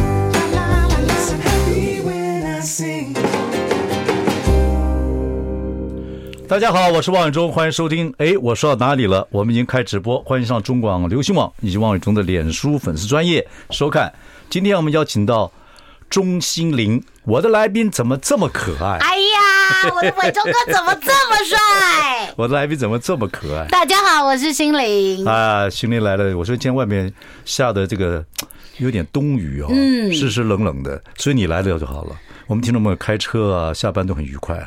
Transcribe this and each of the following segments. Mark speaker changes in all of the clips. Speaker 1: So happy when I sing.
Speaker 2: 大家好，我是王伟忠，欢迎收听。哎，我说到哪里了？我们已经开直播，欢迎上中广流行网以及王伟忠的脸书粉丝专业收看。今天我们邀请到钟心凌，我的来宾怎么这么可爱？
Speaker 3: 哎 呀，我的伟忠哥怎么这么帅？
Speaker 2: 我的来宾怎么这么可爱？
Speaker 3: 大家好，我是心灵。
Speaker 2: 啊，兄弟来了！我说今天外面下的这个有点冬雨哦，嗯，湿湿冷冷的，所以你来了就好了。我们听众朋友开车啊，下班都很愉快、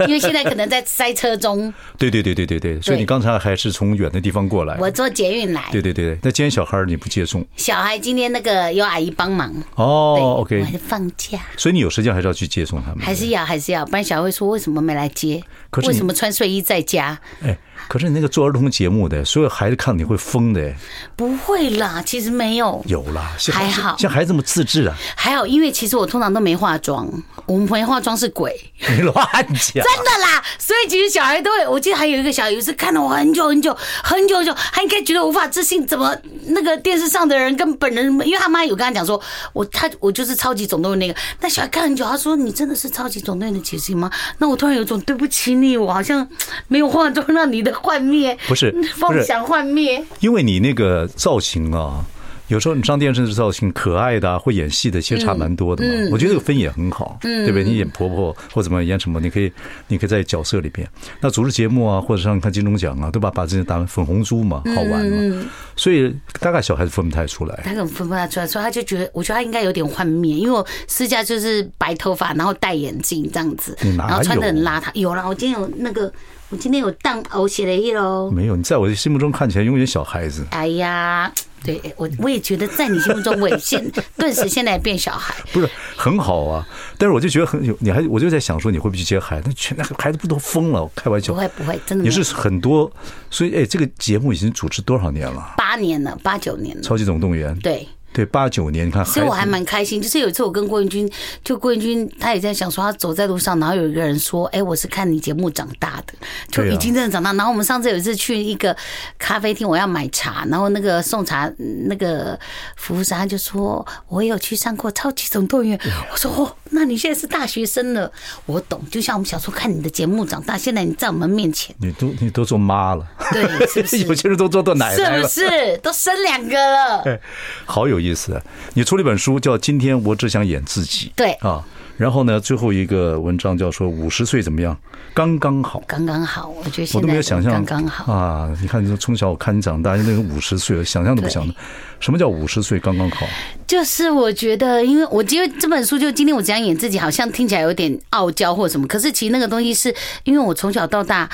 Speaker 3: 因为现在可能在塞车 中，
Speaker 2: 对对对对对对，所以你刚才还是从远的地方过来。
Speaker 3: 我坐捷运来，
Speaker 2: 对对对对，那今天小孩儿你不接送
Speaker 3: 小孩今天那个有阿姨帮忙。对
Speaker 2: 哦
Speaker 3: 我
Speaker 2: ？OK，
Speaker 3: 还放假，
Speaker 2: 所以你有时间还是要去接送他们。
Speaker 3: 还是要还是要，不然小孩会说为什么没来接
Speaker 2: 可？是
Speaker 3: 为
Speaker 2: 你
Speaker 3: 什么穿睡衣在家？
Speaker 2: 哎，可是你那个做儿童节目的，所有孩子看你会疯的。
Speaker 3: 不会啦，其实没有，
Speaker 2: 有啦，像
Speaker 3: 还好
Speaker 2: 像孩子这么自制啊，
Speaker 3: 还好，因为其实我通常都没化妆，我们没化妆是鬼，
Speaker 2: 你乱讲。
Speaker 3: 真的啦。所以其实小孩都会，我记得还有一个小孩有一次看了我很久很久很久很久，他应该觉得无法置信，怎么那个电视上的人跟本人，因为他妈有跟他讲说，我他我就是超级总动员那个。那小孩看很久，他说你真的是超级总动员的姐姐吗？那我突然有一种对不起你，我好像没有化妆让你的幻灭，
Speaker 2: 不 是不是
Speaker 3: 妄想幻灭。
Speaker 2: 因为你那个造型啊，有时候你上电视的造型，可爱的、啊、会演戏的，其实差
Speaker 3: 嗯
Speaker 2: 蛮多的嘛。我觉得这个分也很好，对不对？你演婆婆或怎么演什么，你可以，你可以在角色里边。那主持节目啊，或者上看金钟奖啊，对吧？把这些打粉红猪嘛，
Speaker 3: 嗯
Speaker 2: 好玩嘛。所以大概小孩子分不太出来。
Speaker 3: 他根本分不太出来，所以他就觉得，我觉得他应该有点幻灭，因为我私下就是白头发，然后戴眼镜这样子，
Speaker 2: 你哪
Speaker 3: 然后穿的很
Speaker 2: 有
Speaker 3: 邋遢。有啦，我今天有那个，我今天有当偶写了一喽。
Speaker 2: 没有，你在我的心目中看起来永远小孩子，
Speaker 3: 哎呀，对我我也觉得在你心目中，我也现 顿时现在也变小孩。
Speaker 2: 不是很好啊。但是我就觉得很有，你还我就在想说你会不会去接孩子？那全那孩子不都疯了？开玩笑
Speaker 3: 不，会嗯不会，真的没
Speaker 2: 你
Speaker 3: 有
Speaker 2: 是很多，所以哎，这个节目已经主持多少年了？
Speaker 3: 八年了，八九年了，
Speaker 2: 超级总动员，
Speaker 3: 对。
Speaker 2: 对，八九年，你看，
Speaker 3: 所以我还
Speaker 2: 孩子
Speaker 3: 蛮开心。就是有一次我跟郭彦军，就郭彦军他也在想说，他走在路上，然后有一个人说：“哎、我是看你节目长大的，就
Speaker 2: 对啊
Speaker 3: 已经真的长大。然后我们上次有一次去一个咖啡厅，我要买茶，然后那个送茶嗯那个服务生他就说：“我有去上过《超级总动员》。”我说：“哦，那你现在是大学生了，我懂。就像我们小时候看你的节目长大，现在你在我们面 前，
Speaker 2: 你都你都做妈了，
Speaker 3: 对，是不是？
Speaker 2: 有些人都做到奶奶
Speaker 3: 是
Speaker 2: 了
Speaker 3: 不，是都生两个了？”
Speaker 2: 哎好有意思啊。你出了一本书叫《今天我只想演自己》，
Speaker 3: 对
Speaker 2: 啊，然后呢，最后一个文章叫说五十岁怎么样，刚刚好。
Speaker 3: 刚刚好，我觉得现
Speaker 2: 我
Speaker 3: 在
Speaker 2: 都没有想象
Speaker 3: 刚刚好。
Speaker 2: 啊！你看，你说从小我看你长大，那个五十岁，想象都不想的。什么叫五十岁刚刚好？
Speaker 3: 就是我觉得，因为我因为这本书，就今天我讲演自己，好像听起来有点傲娇或什么，可是其实那个东西是因为我从小到大。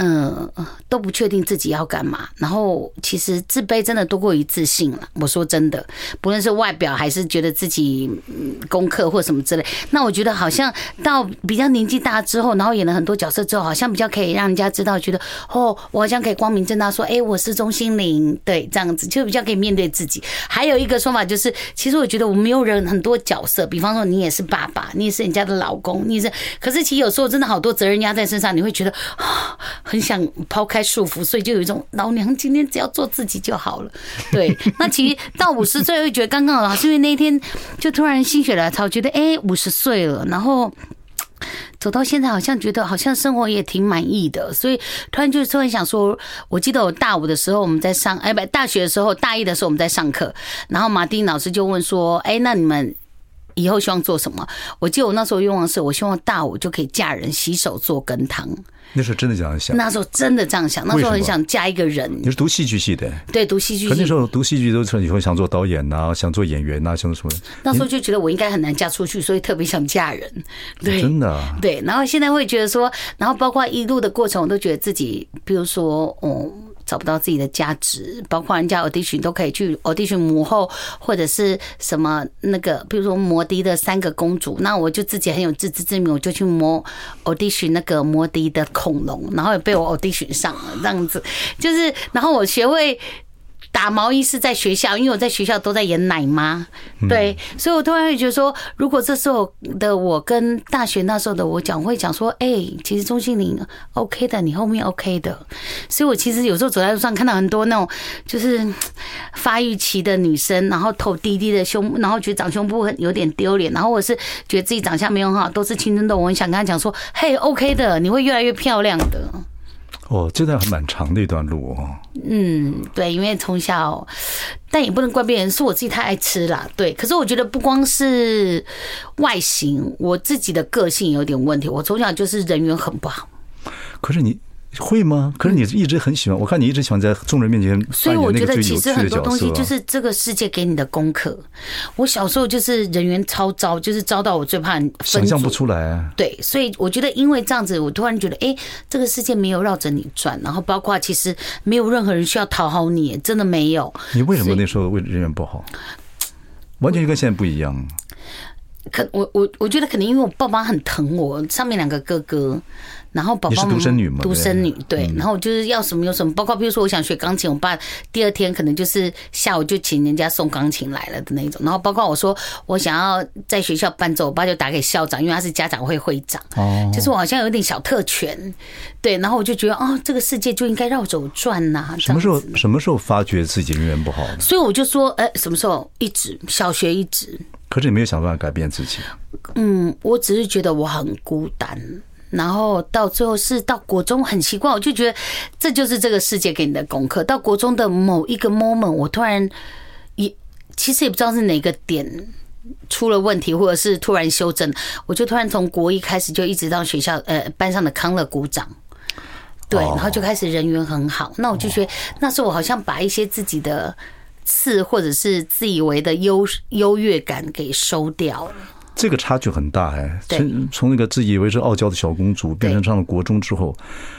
Speaker 3: 嗯，都不确定自己要干嘛。然后，其实自卑真的多过于自信了。我说真的，不论是外表还是觉得自己嗯功课或什么之类，那我觉得好像到比较年纪大之后，然后演了很多角色之后，好像比较可以让人家知道，觉得哦，我好像可以光明正大说，哎、我是钟心凌，对，这样子就比较可以面对自己。还有一个说法就是，其实我觉得我们有人很多角色，比方说你也是爸爸，你也是人家的老公，你也是，可是其实有时候真的好多责任压在身上，你会觉得啊，很想抛开束缚，所以就有一种老娘今天只要做自己就好了。对，那其实到五十岁会觉得刚刚好，是因为那一天就突然心血来潮，觉得哎五十岁了，然后。走到现在，好像觉得好像生活也挺满意的，所以突然就突然想说，我记得我大五的时候我们在上，哎不，大学的时候大一的时候我们在上课，然后马丁老师就问说，哎，那你们以后希望做什么？我记得我那时候愿望是，我希望大五就可以嫁人，洗手做羹汤。
Speaker 2: 那时候真的这样想。
Speaker 3: 那时候真的这样想，那时
Speaker 2: 为什
Speaker 3: 候很
Speaker 2: 么
Speaker 3: 想嫁一个人，
Speaker 2: 你是读戏剧系的，
Speaker 3: 对，读戏剧
Speaker 2: 可那时
Speaker 3: 系。
Speaker 2: 候读戏剧都是以后想做导演呐、想做演员呐、想做什么？
Speaker 3: 那时候就觉得我应该很难嫁出去，所以特别想嫁人。对，
Speaker 2: 真的啊
Speaker 3: 对，然后现在会觉得说，然后包括一路的过程，我都觉得自己，比如说，哦、找不到自己的价值，包括人家 audition 都可以去 audition 母后或者是什么那个，比如说摩的的三个公主，那我就自己很有自知之明，我就去摸 audition 那个摩的的恐龙，然后也被我 audition 上了，这样子就是，然后我学会。打毛衣是在学校，因为我在学校都在演奶妈，对，所以我突然会觉得说，如果这时候的我跟大学那时候的我讲，会讲说，哎、其实钟欣凌 OK 的，你后面 OK 的，所以我其实有时候走在路上看到很多那种就是嗯发育期的女生，然后头低低的胸，然后觉得长胸部很有点丢脸，然后我是觉得自己长相没有很好，都是青春痘，我很想跟她讲说，嘿，OK 的，你会越来越漂亮的。
Speaker 2: 哦，这段还蛮长的一段路哦。
Speaker 3: 嗯，对，因为从小，但也不能怪别人，是我自己太爱吃啦。对，可是我觉得不光是外形，我自己的个性有点问题。我从小就是人缘很不好，
Speaker 2: 可是你会吗？可是你一直很喜欢，我看你一直想在众人面前
Speaker 3: 所以
Speaker 2: 扮
Speaker 3: 我
Speaker 2: 演那
Speaker 3: 觉
Speaker 2: 个最有
Speaker 3: 得其
Speaker 2: 趣
Speaker 3: 实很
Speaker 2: 的
Speaker 3: 多
Speaker 2: 角
Speaker 3: 东
Speaker 2: 色
Speaker 3: 西
Speaker 2: 啊。
Speaker 3: 就是这个世界给你的功课。我小时候就是人缘超糟，就是糟到我最怕人分
Speaker 2: 想象不
Speaker 3: 组。
Speaker 2: 出来啊。
Speaker 3: 对，所以我觉得，因为这样子，我突然觉得，哎、这个世界没有绕着你转，然后包括其实没有任何人需要讨好你，真的没有。
Speaker 2: 你为什么那时候为人缘不好？完全就跟现在不一样。
Speaker 3: 可我我我觉得可能因为我爸爸很疼我，上面两个哥哥，然后宝宝
Speaker 2: 你是独
Speaker 3: 妈妈
Speaker 2: 生女嘛
Speaker 3: 独
Speaker 2: 对啊嗯
Speaker 3: 生女对，然后就是要什么有什么，包括比如说我想学钢琴，我爸第二天可能就是下午就请人家送钢琴来了的那种，然后包括我说我想要在学校伴奏，我爸就打给校长，因为他是家长会会长，
Speaker 2: 哦
Speaker 3: 就是我好像有点小特权，对，然后我就觉得哦，这个世界就应该绕着我转呐、这
Speaker 2: 什么
Speaker 3: 样
Speaker 2: 时候
Speaker 3: 子
Speaker 2: 什么时候发觉自己人缘不好的？
Speaker 3: 所以我就说，哎、什么时候一直小学一直，
Speaker 2: 可是你没有想办法改变自己。
Speaker 3: 嗯，我只是觉得我很孤单，然后到最后是到国中很奇怪，我就觉得这就是这个世界给你的功课。到国中的某一个 moment，我突然也其实也不知道是哪个点。出了问题，或者是突然修正，我就突然从国一开始就一直到学校呃班上的康乐鼓掌，对，
Speaker 2: 哦
Speaker 3: 然后就开始人缘很好。那我就觉得那时候我好像把一些自己的刺或者是自以为的优优越感给收掉了。
Speaker 2: 这个差距很大哎，
Speaker 3: 对
Speaker 2: 从从那个自以为是傲娇的小公主，变成上了国中之后，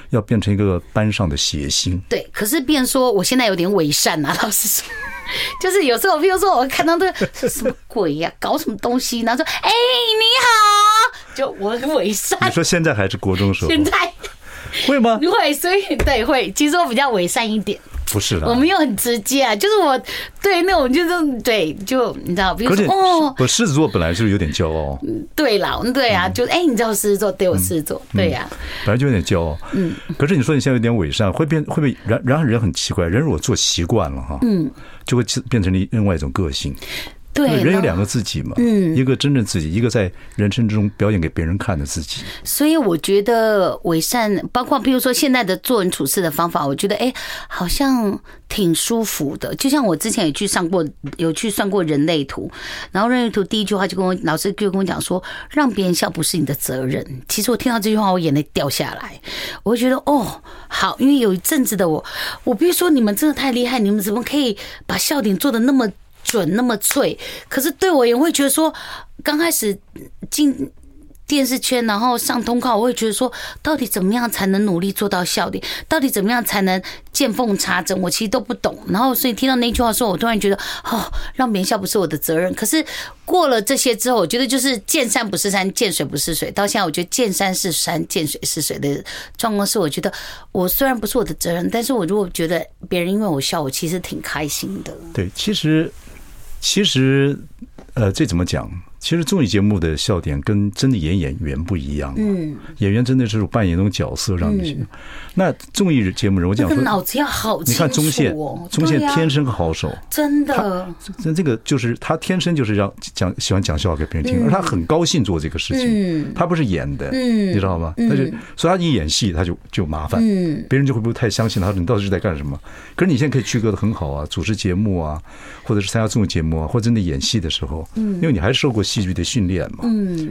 Speaker 2: 要变成一个班上的谐星。
Speaker 3: 对，可是别人说我现在有点伪善啊， 老实说，就是有时候，比如说我看到这个 什么鬼呀、搞什么东西，然后说，哎、你好，就我很伪善，
Speaker 2: 你说现在还是国中时候
Speaker 3: 现在
Speaker 2: 会吗？
Speaker 3: 会，所以对会，其实我比较伪善一点，
Speaker 2: 不是
Speaker 3: 我
Speaker 2: 的
Speaker 3: 没，有很直接啊，就是我对那种就是对，就你知道，比如
Speaker 2: 可是
Speaker 3: 说哦，
Speaker 2: 我狮子座本来就是有点骄傲，
Speaker 3: 对啦，对
Speaker 2: 嗯
Speaker 3: 啊，就哎、你知道我狮子座，对我狮子座，对呀、
Speaker 2: 本来就有点骄傲。嗯，可是你说你现在有点伪善，会变会不会？然然后人很奇怪，人如果做习惯了哈，嗯，就会变成另外一种个性。
Speaker 3: 对，
Speaker 2: 人有
Speaker 3: 然后
Speaker 2: 两个自己嘛，嗯，一个真正自己，一个在人生之中表演给别人看的自己。
Speaker 3: 所以我觉得伪善，包括譬如说现在的做人处事的方法，我觉得哎、好像挺舒服的。就像我之前也去上过，有去算过人类图，然后人类图第一句话就跟我老师就跟我讲说，让别人笑不是你的责任。其实我听到这句话，我眼泪掉下来，我就觉得哦，好，因为有一阵子的我，我必须说你们真的太厉害，你们怎么可以把笑点做的那么准那么脆，可是对我也会觉得说，刚开始进电视圈，然后上通告，我会觉得哦说，到底怎么样才能努力做到笑点？到底怎么样才能见缝插针？我其实都不懂。然后，所以听到那句话的时候，我突然觉得，哦，让别人笑不是我的责任。可是过了这些之后，我觉得就是见山不是山，见水不是水。到现在，我觉得哦见山是山，见水是水的状况是，我觉得我虽然不是我的责任，但是我如果觉得别人因为我笑，我其实挺开心的。
Speaker 2: 对，其实其实呃，这怎么讲？其实综艺节目的笑点跟真的演演员不一样、嗯，演员真的是扮演那种角色，让你去。
Speaker 3: 嗯
Speaker 2: 那综艺节目人，我
Speaker 3: 这
Speaker 2: 讲
Speaker 3: 个
Speaker 2: 说，
Speaker 3: 脑子要好
Speaker 2: 你
Speaker 3: 清楚哦，
Speaker 2: 看宗宪，宗宪
Speaker 3: 对啊
Speaker 2: 天生好手，
Speaker 3: 真的，
Speaker 2: 那这个就是他天生就是让讲喜欢讲笑话给别人听，而他很高兴做这个事情，他不是演的，你知道吗？他就所以他一演戏他就就麻烦，别人就会不会太相信他，你到底是在干什么？可是你现在可以区隔的很好啊，主持节目啊，或者是参加综艺节目啊，或者你演戏的时候，因为你还受过戏剧的训练嘛，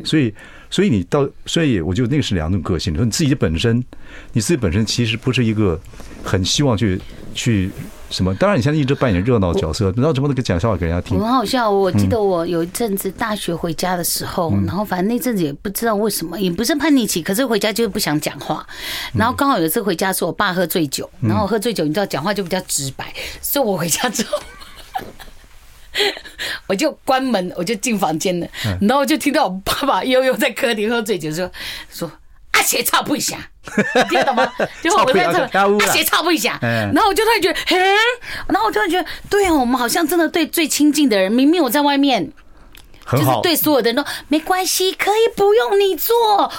Speaker 2: 所以所以你到所以我就那个是两种个性，你说你自己本身，你自己本身其实不是一个很希望去去什么。当然，你现在一直扮演热闹角色，不知道怎么那个讲笑话给人家听
Speaker 3: 我。很好笑，我记
Speaker 2: 嗯
Speaker 3: 得我有一阵子大学回家的时候，然后反正那阵子也不知道为什么，也不是叛逆期，可是回家就是不想讲话。
Speaker 2: 嗯
Speaker 3: 然后刚好有一次回家是我爸喝醉酒，然后喝醉酒你知道讲话就比较直白，所以我回家之后。 我就关门，我就进房间了，
Speaker 2: 嗯
Speaker 3: 然后我就听到我爸爸悠悠在客厅喝醉酒说说阿杰差不一下， 你听得懂吗？就我在这，啊
Speaker 2: 差不一下
Speaker 3: 阿杰差不一下，
Speaker 2: 嗯
Speaker 3: 然后我就突然觉得，嘿，然后我突然觉得，对啊，我们好像真的对最亲近的人，明明我在外面。
Speaker 2: 很
Speaker 3: 就是
Speaker 2: 好，
Speaker 3: 对所有的人都没关系，可以不用你做，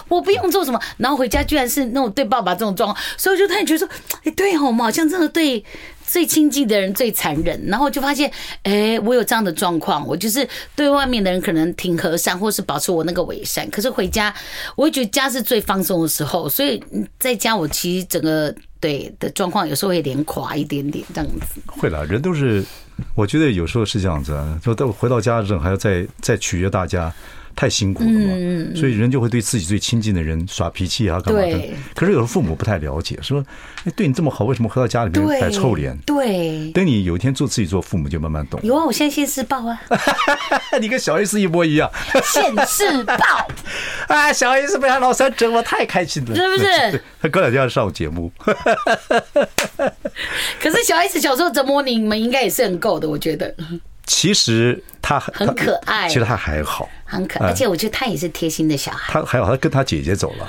Speaker 3: 我不用做什么。然后回家居然是那种对爸爸这种状况，所以我就突然觉得说，哎，对哦，我们好像真的对最亲近的人最残忍。然后我就发现，哎，我有这样的状况，我就是对外面的人可能挺和善，或是保持我那个伪善。可是回家，我会觉得家是最放松的时候，所以嗯在家我其实整个对的状况有时候会连垮一点点这样子。
Speaker 2: 会了，人都是，我觉得有时候是这样子啊，就到回到家之后还要再再取悦大家，太辛苦了嘛。
Speaker 3: 嗯
Speaker 2: 所以人就会对自己最亲近的人耍脾气啊，干嘛的
Speaker 3: 对？
Speaker 2: 可是有时候父母不太了解，说，哎，对你这么好，为什么回到家里 面摆臭脸？
Speaker 3: 对。
Speaker 2: 等你有一天做自己做父母，就慢慢懂。
Speaker 3: 有啊，我现在现世报啊，
Speaker 2: 你跟小 S 一模一样
Speaker 3: 现世报。
Speaker 2: 啊！小 S 被他老三整，我太开心了，
Speaker 3: 是不是
Speaker 2: 对？他哥俩就要上我节目，
Speaker 3: 可是小 S 小时候折磨你，你们应该也是很够的，我觉得
Speaker 2: 其实他很
Speaker 3: 很可爱
Speaker 2: 其实他还好，
Speaker 3: 很
Speaker 2: 哎
Speaker 3: 可爱，而且我觉得他也是贴心的小孩。
Speaker 2: 他还好，他跟他姐姐走 了。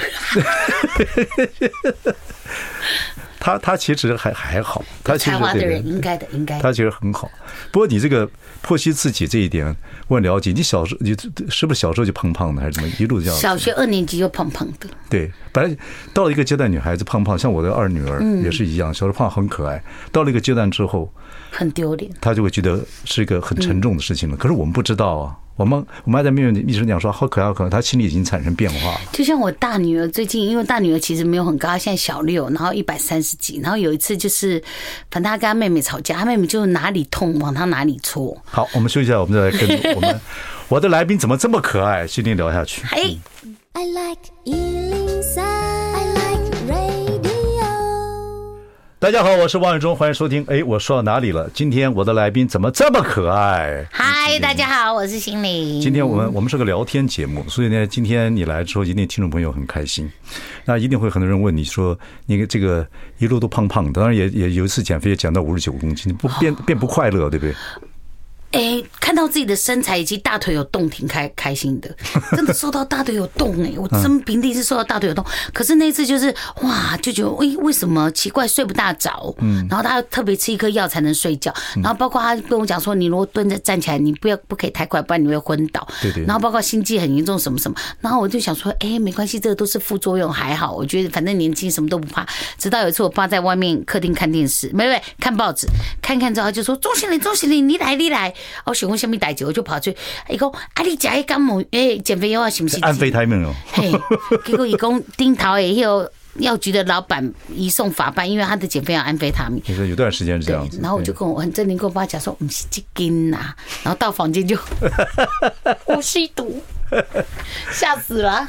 Speaker 2: 他他其实还还好，他啊其实
Speaker 3: 才华的
Speaker 2: 对
Speaker 3: 人应该的，应该的
Speaker 2: 他其实很好。不过你这个剖析自己这一点，我很了解。你小时候你是不是小时候就胖胖的，还是怎么一路这样？
Speaker 3: 小学二年级就胖胖的，
Speaker 2: 对，本来到了一个阶段，女孩子胖胖，像我的二女儿
Speaker 3: 嗯
Speaker 2: 也是一样，小时候胖很可爱。到了一个阶段之后，
Speaker 3: 很丢脸。
Speaker 2: 她就会觉得是一个很沉重的事情
Speaker 3: 嗯
Speaker 2: 了。可是我们不知道啊，我们我们还在面一直讲说好可爱，好可爱，她心里已经产生变化了。
Speaker 3: 就像我大女儿最近，因为大女儿其实没有很高，她现在小六，然后一百三十几，然后有一次就是，反正她跟她妹妹吵架，她妹妹就哪里痛往她哪里戳。
Speaker 2: 好，我们休息一下，我们再来 跟我们我的来宾怎么这么可爱，今天聊下去。
Speaker 3: 哎、
Speaker 4: I like Ealing Sound. I like radio.
Speaker 2: 大家好，我是王永忠，欢迎收听。哎，我说到哪里了？今天我的来宾怎么这么可爱？
Speaker 3: 嗨，
Speaker 2: 嗯
Speaker 3: 大家好，我是心灵。
Speaker 2: 今天我们我们是个聊天节目，所以呢，今天你来之后，一定听众朋友很开心。那一定会很多人问你说，你这个一路都胖胖的，当然也也有一次减肥也减到五十九公斤，你不变变不快乐，对不对？
Speaker 3: 哎、看到自己的身材以及大腿有动，挺开开心的。 真的瘦到大腿有动
Speaker 2: 嗯
Speaker 3: 哎、我真平地是瘦到大腿有动。可是那一次就是哇，就觉得哎、为什么奇怪睡不大着？嗯，然后他特别吃一颗药才能睡觉。
Speaker 2: 嗯
Speaker 3: 然后包括他跟我讲说，你如果蹲着站起来，你不要不可以太快，不然你会昏倒。
Speaker 2: 对对
Speaker 3: 然啊后包括心悸很严重什么什么。然后我就想说，哎、没关系，这个都是副作用，还好。我觉得反正年轻什么都不怕。直到有一次我爸在外面客厅看电视，没没看报纸，看看之后他就说：“钟贤玲，钟贤玲，你来你来。”哦我想问什么代志，我就跑去，伊讲：“啊，你食迄感冒诶减肥药啊，是不是？”
Speaker 2: 安非他命哦，
Speaker 3: 嘿，结果伊讲顶头诶迄个药局的老板移送法办，因为他的减肥药安非他命。
Speaker 2: 你说有段时间是这
Speaker 3: 对
Speaker 2: 样子，，
Speaker 3: 然后我就跟我很镇定跟我爸讲说，我们是这根呐，然后到房间就 我吸毒，吓死了。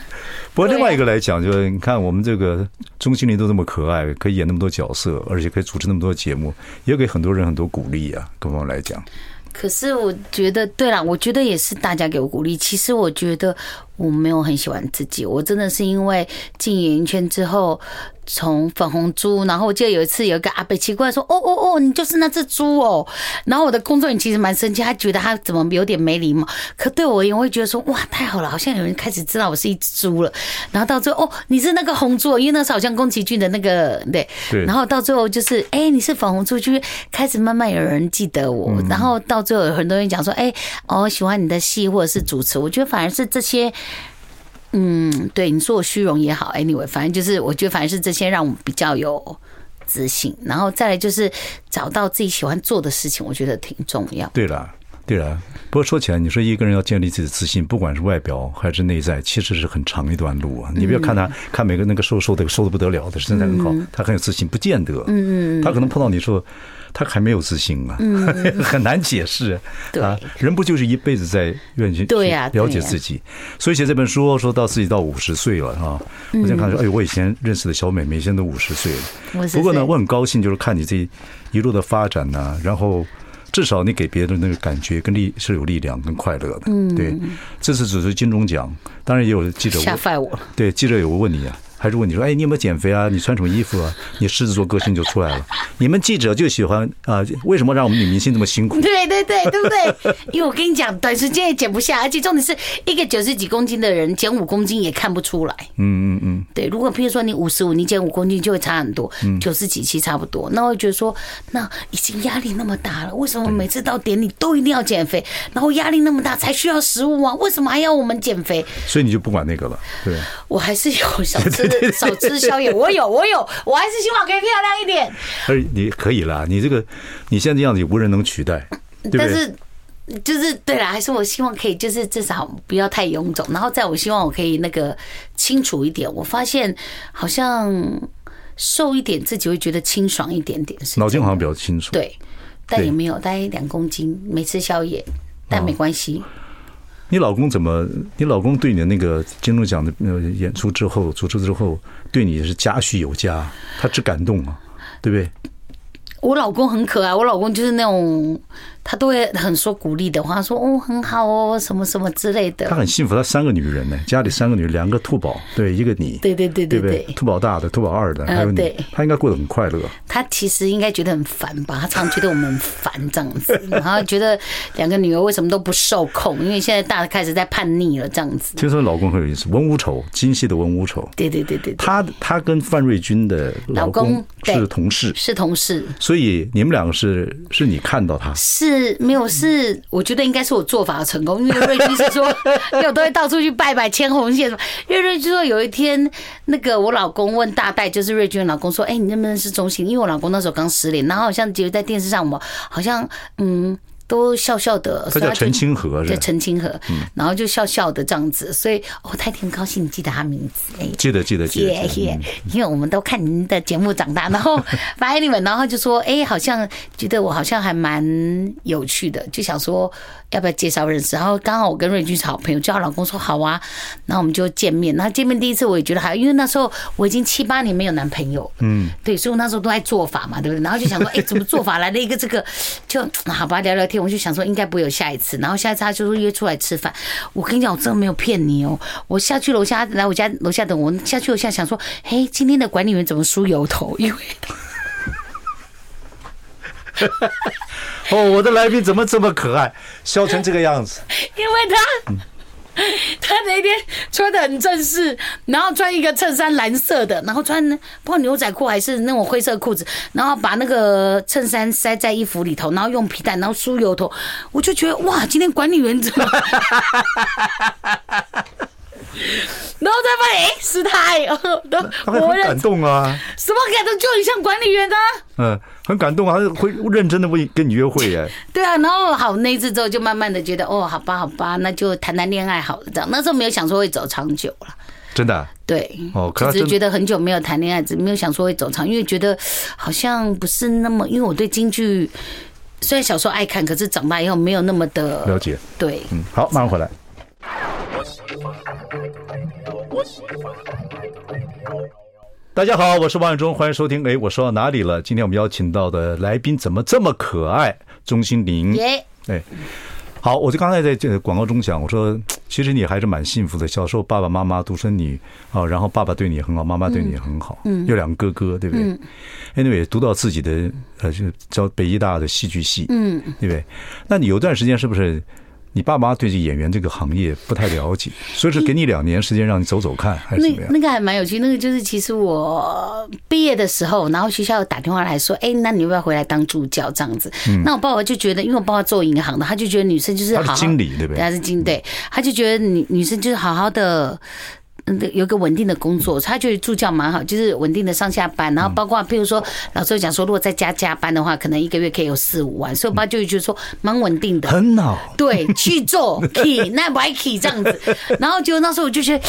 Speaker 2: 不过另外一个来讲，
Speaker 3: 啊
Speaker 2: 就是你看我们这个钟欣凌都这么可爱，可以演那么多角色，而且可以主持那么多节目，也给很多人很多鼓励啊。各方面来讲，
Speaker 3: 可是我觉得，对啦，我觉得也是大家给我鼓励。其实我觉得我没有很喜欢自己，我真的是因为进演艺圈之后，从粉红猪，然后我记得有一次有一个阿北奇怪说：“哦哦哦，你就是那只猪哦。”然后我的工作人员其实蛮生气，他觉得他怎么有点没礼貌。可对我而言，我会觉得说：“哇，太好了，好像有人开始知道我是一只猪了。”然后到最后，哦，你是那个红猪哦，因为那时候好像宫崎骏的那个对，
Speaker 2: 对
Speaker 3: 然后。然后到最后就是，哎、你是粉红猪，就是开始慢慢有人记得我。然后到最后有很多人讲说，哎、哦，喜欢你的戏或者是主持，我觉得反而是这些。嗯，对，你说我虚荣也好，anyway，反正就是我觉得反而是这些让我比较有自信，然后再来就是找到自己喜欢做的事情，我觉得挺重要。
Speaker 2: 对了，对了，不过说起来，你说一个人要建立自己的自信，不管是外表还是内在，其实是很长一段路啊。你不要看他，
Speaker 3: 嗯
Speaker 2: 看每个那个瘦瘦的、瘦的不得了的，身材很好，他很有自信，不见得。嗯他可能碰到你说，他还没有自信啊， 很难解释。
Speaker 3: 嗯对
Speaker 2: 啊，人不就是一辈子在愿意去
Speaker 3: 对呀
Speaker 2: 了解
Speaker 3: 对呀
Speaker 2: 自己？所以写这本书说到自己到五十岁了啊，
Speaker 3: 嗯
Speaker 2: 我想看说，哎呦，我以前认识的小美眉现在都五十岁了。
Speaker 3: 50
Speaker 2: 不过呢，
Speaker 3: 岁
Speaker 2: 我很高兴，就是看你这一路的发展呐、然后至少你给别人的那个感觉跟力是有力量跟快乐的。嗯，对，这次只是金钟奖，当然也有记者
Speaker 3: 吓
Speaker 2: 问，
Speaker 3: 坏我了。
Speaker 2: 对记者有问你啊。还是问你说，哎，你有没有减肥啊？你穿什么衣服啊？你狮子座个性就出来了。你们记者就喜欢啊、为什么让我们女明星这么辛苦？
Speaker 3: 对对对，对不对？ 因为我跟你讲，短时间也减不下，而且重点是一个九十几公斤的人减五公斤也看不出来。嗯嗯嗯，对。如果譬如说你五十五，你减五公斤就会差很多，九十几期差不多。那我就觉得说，那已经压力那么大了，为什么每次到典礼都一定要减肥？然后压力那么大才需要食物啊？为什么还要我们减肥？
Speaker 2: 所以你就不管那个了，对。
Speaker 3: 我还是有少 吃少吃宵夜，我有我有，我还是希望可以漂亮一点。
Speaker 2: 而哎你可以啦，你这个你现在这样子也无人能取代，对不
Speaker 3: 嗯但
Speaker 2: 对？
Speaker 3: 是就是对啦，还是我希望可以，就是至少不要太臃肿，然后再我希望我可以那个清楚一点。我发现好像瘦一点，自己会觉得清爽一点点，是
Speaker 2: 脑筋好像比较清楚。，
Speaker 3: 对，但
Speaker 2: 对
Speaker 3: 也没有，大概两公斤，没吃宵夜，但没关系。
Speaker 2: 哦你老公怎么？你老公对你的那个金钟奖的呃演出之后，主持之后，对你是嘉许有加，他只感动啊，对不对？
Speaker 3: 呃我老公很可爱，我老公就是那种他都会很说鼓励的话，他说哦很好哦什么什么之类的
Speaker 2: 他。很幸福，他三个女人呢，家里三个女人，两个兔宝，对，一个你，
Speaker 3: 对对对
Speaker 2: 对
Speaker 3: 对
Speaker 2: 不
Speaker 3: 对呃
Speaker 2: 对？，兔宝大的，兔宝二的，还有你
Speaker 3: 对，
Speaker 2: 他应该过得很快乐。
Speaker 3: 他其实应该觉得很烦吧，他常觉得我们很烦这样 子，然后觉得两个女儿为什么都不受控，因为现在大的开始在叛逆了这样子。
Speaker 2: 听说老公很有意思，文武丑，京戏的文武丑，
Speaker 3: 对对对对对，
Speaker 2: 他他跟范瑞军的老
Speaker 3: 老公
Speaker 2: 公是
Speaker 3: 对
Speaker 2: 同事，
Speaker 3: 是同事，
Speaker 2: 所以你们两个是是你看到他，
Speaker 3: 是没有是，我觉得应该是我做法的成功，因为瑞君是说， 因为我都会到处去拜拜牵红线什么。因为瑞君说有一天，那个我老公问大戴，就是瑞君的老公说，哎、你认不认识钟欣？因为我老公那时候刚失恋，然后好像只有在电视上嘛，好像嗯都笑笑的，
Speaker 2: 他
Speaker 3: 所以
Speaker 2: 叫
Speaker 3: 就
Speaker 2: 陈清河是
Speaker 3: 对嗯
Speaker 2: 吧？
Speaker 3: 陈清河，然后就笑笑的这样子，所以哦，太挺高兴你记得他名字，哎，
Speaker 2: 记得记得记
Speaker 3: 谢
Speaker 2: 得，嗯记得
Speaker 3: 谢，因为我们都看您的节目长大，然 后反正你们，然后就说，哎，好像觉得我好像还蛮有趣的，就想说要不要介绍认识，然后刚好我跟瑞君是好朋友，就她老公说好啊，然后我们就见面，然后见面第一次我也觉得还，因为那时候我已经七八年没有男朋友，嗯，对，所以我那时候都在做法嘛，对不对？然后就想说，哎，怎么做法来了一个这个，就嗯好吧，聊聊天，我就想说应该不会有下一次，然后下一次他就说约出来吃饭，我跟你讲，我真的没有骗你哦，我下去楼下来我家楼下等我，下去楼下想说，嘿，今天的管理员怎么梳油头？ 因为
Speaker 2: 哦，我的来宾怎么这么可爱，笑成这个样子？
Speaker 3: 因为他。他那天穿的很正式，然后穿一个衬衫蓝色的，然后穿不知道牛仔裤还是那种灰色裤子，然后把那个衬衫塞在衣服里头，然后用皮带，然后梳油头，我就觉得哇，今天管理员怎么？ 然后再发现，哎、是他哎、都
Speaker 2: 他会
Speaker 3: 我
Speaker 2: 很
Speaker 3: 认
Speaker 2: 感动啊，
Speaker 3: 什么感动，就很像管理员的啊、
Speaker 2: 嗯，很感动啊，他会认真的为跟你约会哎。
Speaker 3: 对啊，然后好那一次之后，就慢慢的觉得哦，好吧，好吧，那就谈谈恋爱好了。这样那时候没有想说会走长久了，
Speaker 2: 真的啊，
Speaker 3: 对，
Speaker 2: 哦可
Speaker 3: 就
Speaker 2: 他
Speaker 3: 只是
Speaker 2: 真
Speaker 3: 觉得很久没有谈恋爱，只没有想说会走长，因为觉得好像不是那么，因为我对京剧虽然小时候爱看，可是长大以后没有那么的
Speaker 2: 了解。
Speaker 3: 对，
Speaker 2: 嗯，好，马上回来。大家好，我是王永忠，欢迎收听。哎，我说到哪里了？今天我们邀请到的来宾怎么这么可爱？钟欣凌，
Speaker 3: 耶，
Speaker 2: 哎，好，我就刚才在这个广告中讲，我说其实你还是蛮幸福的。小时候爸爸妈妈独生女啊，然后爸爸对你很好，妈妈对你也很好，嗯，有两个哥哥，对不对、a
Speaker 3: 嗯
Speaker 2: n y w a y 读到自己的呃，就叫北医大的戏剧系，嗯，对不对？那你有段时间是不是？你爸妈对这演员这个行业不太了解，所以说给你两年时间让你走走看，还是怎么
Speaker 3: 那
Speaker 2: 样？
Speaker 3: 那个还蛮有趣，那个就是其实我毕业的时候，然后学校有打电话来说，哎、那你要不要回来当助教这样子？那我爸爸就觉得，因为我爸爸做银行的，他就觉得女生就是
Speaker 2: 嗯他是
Speaker 3: 好好呃
Speaker 2: 经理对不对
Speaker 3: 他是经对，他就觉得女女生就是好好的。嗯有一个稳定的工作，他觉得助教蛮好，就是稳定的上下班，然后包括譬如说老师有讲说，如果在家加班的话，可能一个月可以有四五万，所以我爸就觉得说蛮稳定的。
Speaker 2: 很好，
Speaker 3: 对，去做 key，那 y key 这样子。然后就那时候我就觉得，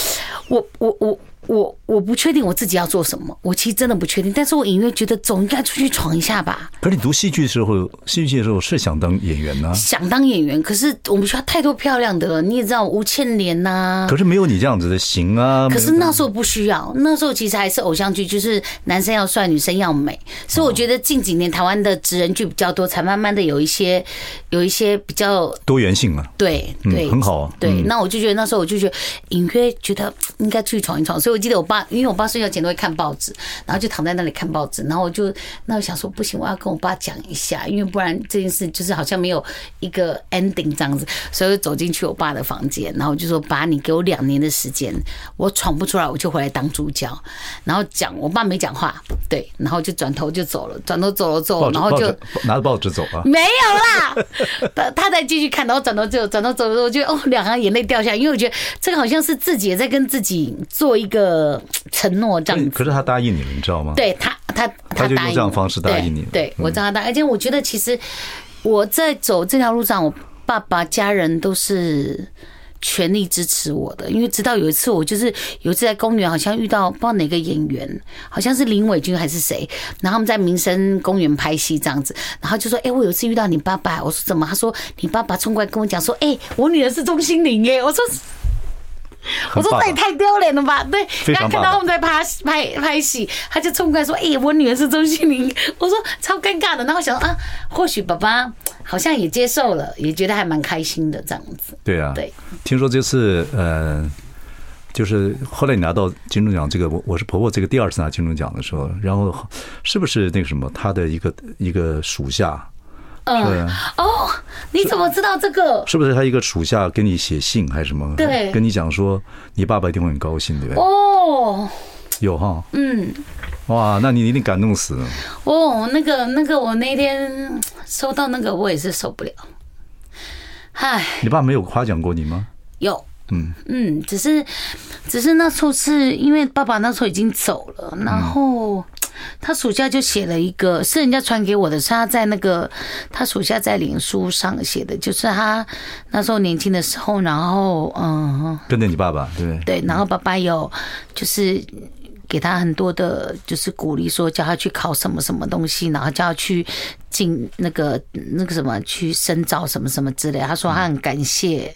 Speaker 3: 我我我我我不确定我自己要做什么，我其实真的不确定，但是我隐约觉得总应该出去闯一下吧。
Speaker 2: 可是你读戏剧的时候，戏剧的时候是想当演员呢、
Speaker 3: 想当演员，可是我们学校太多漂亮的了，你也知道吴倩莲呐、
Speaker 2: 可是没有你这样子的型啊。
Speaker 3: 啊可是
Speaker 2: 没有
Speaker 3: 那时候不需要，那时候其实还是偶像剧，就是男生要帅，女生要美。所以我
Speaker 2: 哦
Speaker 3: 觉得近几年台湾的职人剧比较多，才慢慢的有一些有一些比较
Speaker 2: 多元性啊，
Speaker 3: 对
Speaker 2: 嗯
Speaker 3: 对、
Speaker 2: 很好啊
Speaker 3: 对，那我就觉得那时候我就觉得隐约觉得嘖应该出去闯一闯，所以我记得我爸，因为我爸睡觉前都会看报纸，然后就躺在那里看报纸，然后我就那我想说不行，我要跟我爸讲一下，因为不然这件事就是好像没有一个 ending 这样子，所以我就走进去我爸的房间，然后我就说爸，你给我两年的时间，我闯不出来我就回来当助教，然后讲我爸没讲话，对，然后就转头就走了，转头走了之后，
Speaker 2: 报纸
Speaker 3: 哦然后
Speaker 2: 报
Speaker 3: 就嗯
Speaker 2: 纸拿着报纸走啊。
Speaker 3: 没有啦，他他再继续看，然后转头就转头走的时候，我觉得哦，两行眼泪掉下来，因为我觉得这个好像是自己也在跟自己做一个嘖承诺这样子。
Speaker 2: 可是他答应你了，你知道吗？，
Speaker 3: 对他，他
Speaker 2: 他就
Speaker 3: 答
Speaker 2: 用
Speaker 3: 应
Speaker 2: 这样的方式答应你嗯
Speaker 3: 我对，对我知道他答应，而且我觉得其实我在走这条路上，我爸爸家人都是。全力支持我的，因为直到有一次，我就是有一次在公园，好像遇到不知道哪个演员，好像是林伟君还是谁，然后他们在民生公园拍戏这样子，然后就说：“哎、我有一次遇到你爸爸。”我说：“怎么？”他说：“你爸爸冲过来跟我讲说，哎、我女儿是钟欣凌。”哎，我说：“我
Speaker 2: 很
Speaker 3: 说
Speaker 2: 棒
Speaker 3: 这也
Speaker 2: 啊。
Speaker 3: 太丢脸了吧？对，
Speaker 2: 非
Speaker 3: 然后
Speaker 2: 常
Speaker 3: 看
Speaker 2: 棒
Speaker 3: 到他们在拍拍拍戏，他就冲过来说：“哎、我女儿是钟欣凌。”我说超尴尬的。然后想说啊，或许爸爸好像也接受了，也觉得还蛮开心的这样子。
Speaker 2: 对啊，
Speaker 3: 对，
Speaker 2: 听说这次呃，就是后来你拿到金钟奖这个，我我是婆婆这个第二次拿金钟奖的时候，然后是不是那个什么，他的一个一个属下，啊
Speaker 3: 嗯，哦，你怎么知道这个？
Speaker 2: 是不是他一个属下给你写信还是什么？
Speaker 3: 对
Speaker 2: 跟你讲说你爸爸一定会很高兴，对不对？
Speaker 3: 哦
Speaker 2: 有哈，嗯，哇，那你一定感动死了。
Speaker 3: 哦，那个那个，我那天收到那个，我也是受不了。唉，
Speaker 2: 你爸没有夸奖过你吗？
Speaker 3: 有，
Speaker 2: 嗯
Speaker 3: 嗯，只是只是那时候是因为爸爸那时候已经走了，然后。他暑假就写了一个，是人家传给我的，是他在那个他暑假在脸书上写的，就是他那时候年轻的时候，然后嗯，
Speaker 2: 跟着你爸爸，对不对？
Speaker 3: 对，然后爸爸有就是给他很多的，就是鼓励，说叫他去考什么什么东西，然后叫他去进那个那个什么去深造什么什么之类。他说他很感谢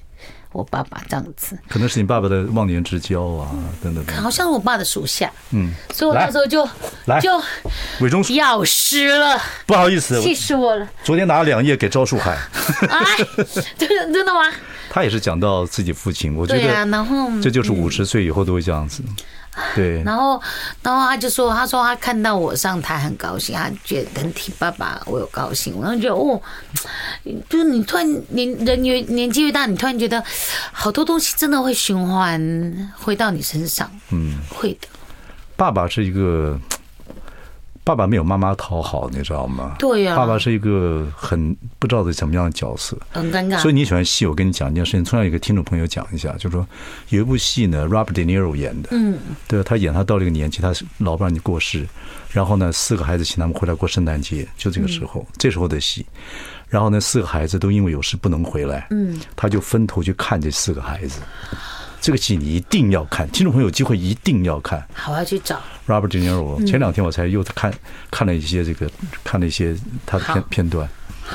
Speaker 3: 我爸爸这样子，
Speaker 2: 可能是你爸爸的忘年之交啊，等等。
Speaker 3: 好像是我爸的属下，嗯，所以我那
Speaker 2: 来
Speaker 3: 时候就
Speaker 2: 来
Speaker 3: 就
Speaker 2: 伟忠，
Speaker 3: 要失了，
Speaker 2: 不好意思，我
Speaker 3: 气死 我了！
Speaker 2: 昨天拿了两页给赵树海，
Speaker 3: 哎，真的真的吗？
Speaker 2: 他也是讲到自己父亲，我觉
Speaker 3: 对啊，
Speaker 2: 得
Speaker 3: 然后
Speaker 2: 这就是五十岁以后都会这样子。
Speaker 3: 啊
Speaker 2: 对，
Speaker 3: 然后，然后他就说，他说他看到我上台很高兴，他觉得很替爸爸我有高兴，然后觉得哦，就是你突然年人越年纪越大，你突然觉得好多东西真的会循环回到你身上，嗯，会的，
Speaker 2: 爸爸是一个，爸爸没有妈妈讨好，你知道吗？
Speaker 3: 对啊呀
Speaker 2: 爸爸是一个很不知道的怎么样的角色。
Speaker 3: 很尴尬。
Speaker 2: 所以你喜欢戏，我跟你讲一件事情，突然有一个听众朋友讲一下，就是说有一部戏呢，Robert De Niro 演的，嗯，对，他演他到这个年纪，他老伴儿已经过世，然后呢，四个孩子请他们回来过圣诞节，就这个时候，这时候的戏，然后呢，四个孩子都因为有事不能回来，嗯，他就分头去看这四个孩子，这个戏你一定要看，听众朋友有机会一定要看，
Speaker 3: 好，我要去找。
Speaker 2: Robert De Niro，前两天我才又看看了一些这个，看了一些他的
Speaker 3: 好
Speaker 2: 片片段，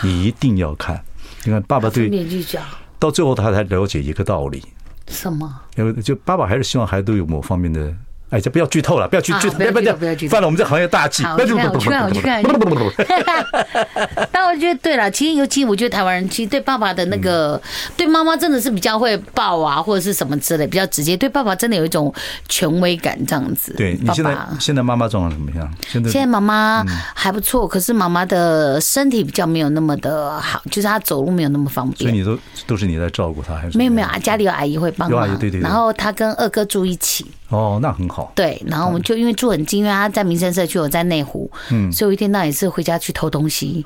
Speaker 2: 你一定要看。你看，爸爸
Speaker 3: 分别
Speaker 2: 对
Speaker 3: 去找
Speaker 2: 到最后他才了解一个道理，
Speaker 3: 什么？
Speaker 2: 因为就爸爸还是希望孩子都有某方面的。哎，这不要剧透了，不要剧
Speaker 3: 啊
Speaker 2: 剧透，
Speaker 3: 不要剧透不
Speaker 2: 不
Speaker 3: 要
Speaker 2: 要
Speaker 3: 剧透
Speaker 2: 犯了我们这行业大忌。
Speaker 3: 好，我去看，我去看，我去啊看。 但我觉得对了，其实尤其我觉得台湾人其实对爸爸的那个、
Speaker 2: 嗯
Speaker 3: 对妈妈真的是比较会抱啊，或者是什么之类，比较直接。对爸爸真的有一种权威感这样子。
Speaker 2: 对你
Speaker 3: 爸
Speaker 2: 现在嗯
Speaker 3: 爸。
Speaker 2: 现在妈妈状况怎么样？现
Speaker 3: 现在
Speaker 2: 在
Speaker 3: 妈妈还不错，可是妈妈的身体比较没有那么的好，就是她走路没有那么方
Speaker 2: 所以
Speaker 3: 便。
Speaker 2: 你都都是你在照顾她还是？
Speaker 3: 没有没有，啊，家里有阿姨会帮
Speaker 2: 有阿
Speaker 3: 忙
Speaker 2: 姨，对对对
Speaker 3: 然后她跟二哥住一起，
Speaker 2: 哦，那很好。
Speaker 3: 对，然后我们就因为住很近，因为他在民生社区，我在内湖，嗯，所以我一天到 晚也是回家去偷东西，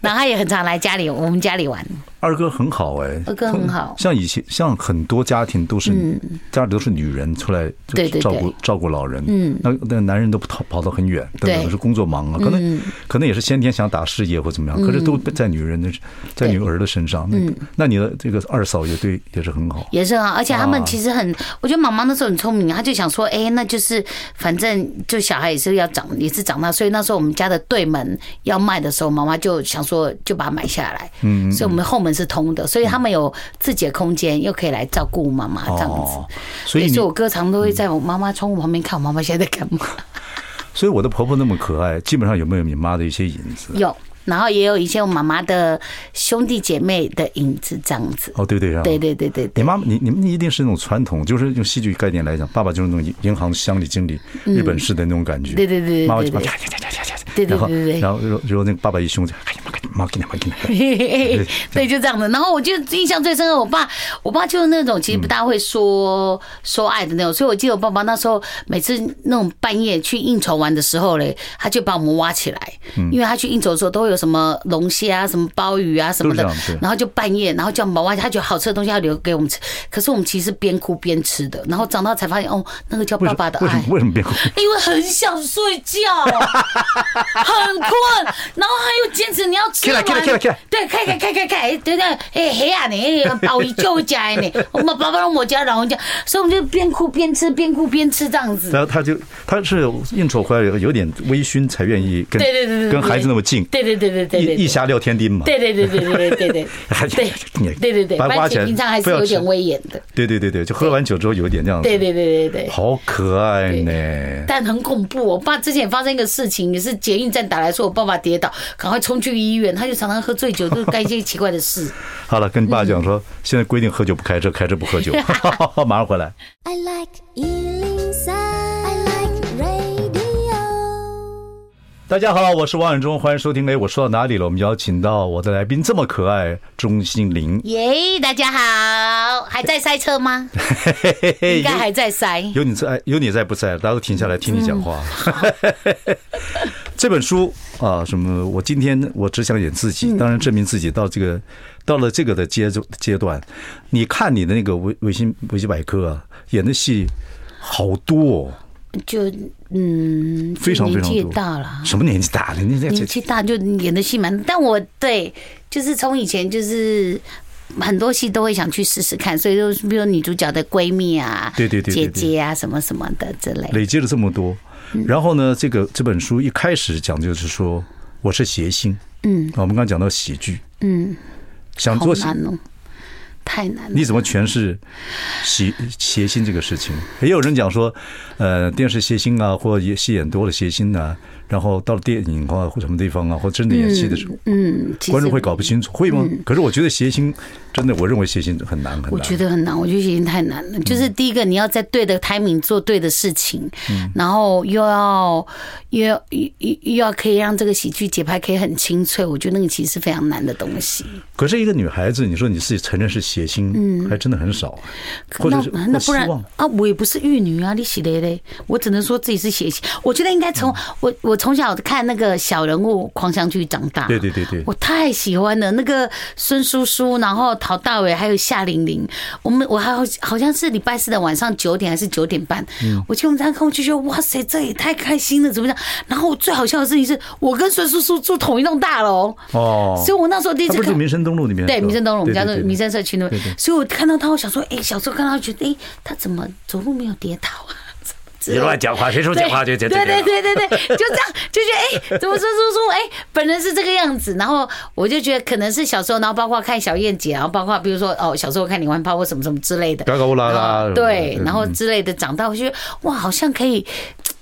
Speaker 3: 然后他也很常来家里，我们家里玩，
Speaker 2: 二哥很好哎、
Speaker 3: 二哥很好
Speaker 2: 像以前像很多家庭都是、家里都是女人出来就
Speaker 3: 嗯对对对
Speaker 2: 照顾照顾老人，嗯，那那男人都跑跑到很远，等
Speaker 3: 对嗯
Speaker 2: 等都是工作忙啊，可能可能也是先天想打事业或怎么样，可是都在女人的在女儿的身上，那
Speaker 3: 嗯
Speaker 2: 那你的这个二嫂也对也是很好，
Speaker 3: 也是很好，而且他
Speaker 2: 啊
Speaker 3: 们其实很，我觉得妈妈那时候很聪明，她就想说，哎、那就是反正就小孩也是要长，也是长大，所以那时候我们家的对门要卖的时候，妈妈就想说就把它买下来，嗯，所以我们后门是通的，所以他们有自己的空间，又可以来照顾妈妈这样子。
Speaker 2: 哦，所以
Speaker 3: 对
Speaker 2: 你
Speaker 3: 所以我哥常都会在我妈妈窗户旁边看我妈妈现在 在干嘛，
Speaker 2: 所以我的婆婆那么可爱，基本上有没有你妈的一些影子？
Speaker 3: 有，然后也有以前我妈妈的兄弟姐妹的影子这样子。
Speaker 2: 哦，对对啊，
Speaker 3: 对对对对对
Speaker 2: 你妈妈，你你们一定是那种传统，就是用戏剧概念来讲，爸爸就是那种银行乡里经理，日本式的那种感觉。
Speaker 3: 嗯对对对对
Speaker 2: 妈妈就
Speaker 3: 对对
Speaker 2: 啪嚓嚓嚓嚓嚓嚓
Speaker 3: 对对
Speaker 2: 然后
Speaker 3: 对对哎对
Speaker 2: 然后然后然后那个爸爸一凶就，哎呀妈给你妈给你妈给你，
Speaker 3: 嘿嘿嘿，对，就这样的。然后我就印象最深刻，我爸，我爸就是那种其实不大会说、说爱的那种，所以我记得我爸爸那时候每次那种半夜去应酬玩的时候嘞，他就把我们挖起来，
Speaker 2: 嗯
Speaker 3: 因为他去应酬的时候都会有什么龙虾啊、什么鲍鱼啊什么的
Speaker 2: 都是这样对，
Speaker 3: 然后就半夜，然后叫我们把我挖起来，他觉得好吃的东西要留给我们吃，可是我们其实边哭边吃的，然后长大才发现哦，那个叫
Speaker 2: 为
Speaker 3: 爸
Speaker 2: 什
Speaker 3: 爸
Speaker 2: 么
Speaker 3: 的
Speaker 2: 为什
Speaker 3: 爱
Speaker 2: 么。为什么变 哭？
Speaker 3: 因为很想睡 觉，很困，然后他又坚持你要吃
Speaker 2: 起
Speaker 3: 完，
Speaker 2: 来起来起来起来
Speaker 3: 对，开开开开开，哎对对，哎黑啊你，哎把我救起 来呢，我们爸爸让我家老人家，所以我们就边哭边吃，边哭边吃这样子。
Speaker 2: 然后他就他是应酬回来以后有点微醺才愿意跟
Speaker 3: 对对对对，
Speaker 2: 跟孩子那么近，
Speaker 3: 对对对对对对，
Speaker 2: 一一虾撂天钉嘛。
Speaker 3: 对对对对对对对对
Speaker 2: 还
Speaker 3: 对对对对，
Speaker 2: 把它挖
Speaker 3: 而
Speaker 2: 起来
Speaker 3: 且平常还是
Speaker 2: 不要
Speaker 3: 有
Speaker 2: 吃
Speaker 3: 点威严的，
Speaker 2: 对对对对，就喝完酒之后有点这样子。
Speaker 3: 对对对对对。
Speaker 2: 好可爱呢。
Speaker 3: 但很恐怖、我爸之前也发生一个事情，也是捷运站打来说我爸爸跌倒，赶快冲去医院。他就常常喝醉酒，就干一些奇怪的事。
Speaker 2: 好了，跟你爸讲说，现在规定喝酒不开车，开车不喝 酒。 马上回来。
Speaker 4: I like Ealing Sound. I like radio.
Speaker 2: 大家好，我是王永忠，欢迎收听。哎，我说到哪里了？我们邀请到我的来宾这么可爱，钟心凌，
Speaker 3: 耶、大家好，还在塞车吗？
Speaker 2: 嘿嘿嘿嘿
Speaker 3: 应该还在塞。
Speaker 2: 哎有你在，有你在不在？大家都停下来听你讲话。
Speaker 3: 嗯
Speaker 2: 这本书啊，什么？我今天我只想演自己，
Speaker 3: 嗯
Speaker 2: 当然证明自己到这个到了这个的阶阶段。你看你的那个维维新维基百科啊，演的戏好多、哦，
Speaker 3: 就嗯，
Speaker 2: 非常非
Speaker 3: 年
Speaker 2: 常
Speaker 3: 纪也
Speaker 2: 多。
Speaker 3: 大了，
Speaker 2: 什么年纪大了？你这
Speaker 3: 啊年
Speaker 2: 这
Speaker 3: 纪大就演的戏蛮，但我对就是从以前就是。很多戏都会想去试试看，所以就是比如女主角的闺蜜啊，
Speaker 2: 对对对对对
Speaker 3: 姐姐啊，什么什么的之类。
Speaker 2: 累积了这么多。然后呢，这个这本书一开始讲就是说我是谐星，嗯，我们刚刚讲到喜剧，嗯，想
Speaker 3: 好
Speaker 2: 做喜
Speaker 3: 难哦，太难了。
Speaker 2: 你怎么诠释谐谐星这个事情？也有人讲说，呃，电视谐星啊，或演戏演多了谐星啊，然后到了电影啊或什么地方啊，或真的演戏的时候，
Speaker 3: 嗯，其实嗯
Speaker 2: 观众会搞不清楚，会吗？可是我觉得谐星真的，我认为谐星很难很
Speaker 3: 我
Speaker 2: 难。嗯
Speaker 3: 觉得很难，我觉得已经太难了。就是第一个，你要在对的 timing 做对的事情，
Speaker 2: 嗯
Speaker 3: 然后又要又要又又又要可以让这个喜剧节拍可以很清脆，我觉得那个其实是非常难的东西。
Speaker 2: 可是一个女孩子，你说你自己承认是谐星，嗯，还真的很少，或者
Speaker 3: 那
Speaker 2: 是
Speaker 3: 那
Speaker 2: 或
Speaker 3: 不
Speaker 2: 希
Speaker 3: 然
Speaker 2: 望。
Speaker 3: 啊，我也不是玉女啊，你写的嘞，我只能说自己是写戏。我觉得应该从
Speaker 2: 嗯
Speaker 3: 我我从小看那个小人物狂想曲长大，
Speaker 2: 对对对对
Speaker 3: 我太喜欢了。那个孙叔叔，然后陶大伟，还有夏玲玲，我们我还好好像是礼拜四的晚上九点还是九点半，
Speaker 2: 嗯
Speaker 3: 我去我们家看，我就觉得哇塞，这也太开心了，怎么样？然后最好笑的事情是我跟孙叔叔住同一栋大楼，
Speaker 2: 哦
Speaker 3: 所以我那时候第一
Speaker 2: 他
Speaker 3: 次
Speaker 2: 不是
Speaker 3: 看。
Speaker 2: 民生东路里面的
Speaker 3: 对民生东路，我们
Speaker 2: 对
Speaker 3: 家
Speaker 2: 对
Speaker 3: 的
Speaker 2: 对对
Speaker 3: 民生社区那边
Speaker 2: 对对，
Speaker 3: 所以我看到他，我想说，哎，小时候看到他，觉得，哎，他怎么走路没有跌倒啊？ 怎么之类
Speaker 2: 你
Speaker 3: 的
Speaker 2: 乱讲话，谁说
Speaker 3: 对
Speaker 2: 讲话就就
Speaker 3: 对对对对对对， 就这样就觉得哎、怎么说叔叔哎、本人是这个样子，然后我就觉得可能是小时候，然后包括看小燕姐，然后包括比如说哦小时候看李焕炮或什么什么之类的，
Speaker 2: 嘎嘎乌拉拉
Speaker 3: 然后啊对，然后之类的，长大我就觉得哇好像可以，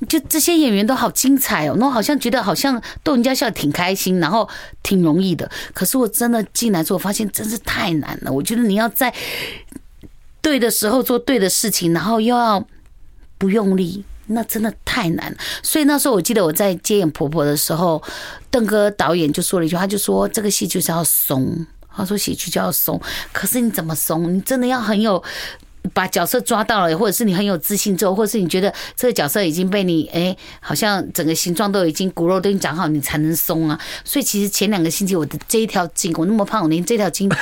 Speaker 3: 就这些演员都好精彩哦，那我好像觉得好像逗人家笑挺开心，然后挺容易的，可是我真的进来之后我发现真是太难了，我觉得你要在对的时候做对的事情，然后又要。不用力，那真的太难。所以那时候我记得我在接演婆婆的时候，邓哥导演就说了一句话，他就说这个戏就是要松。他说喜剧就要松，可是你怎么松？你真的要很有把角色抓到了，或者是你很有自信之后，或者是你觉得这个角色已经被你哎，好像整个形状都已经骨肉都已经长好，你才能松啊。所以其实前两个星期我的这一条筋，我那么胖，我连这条筋都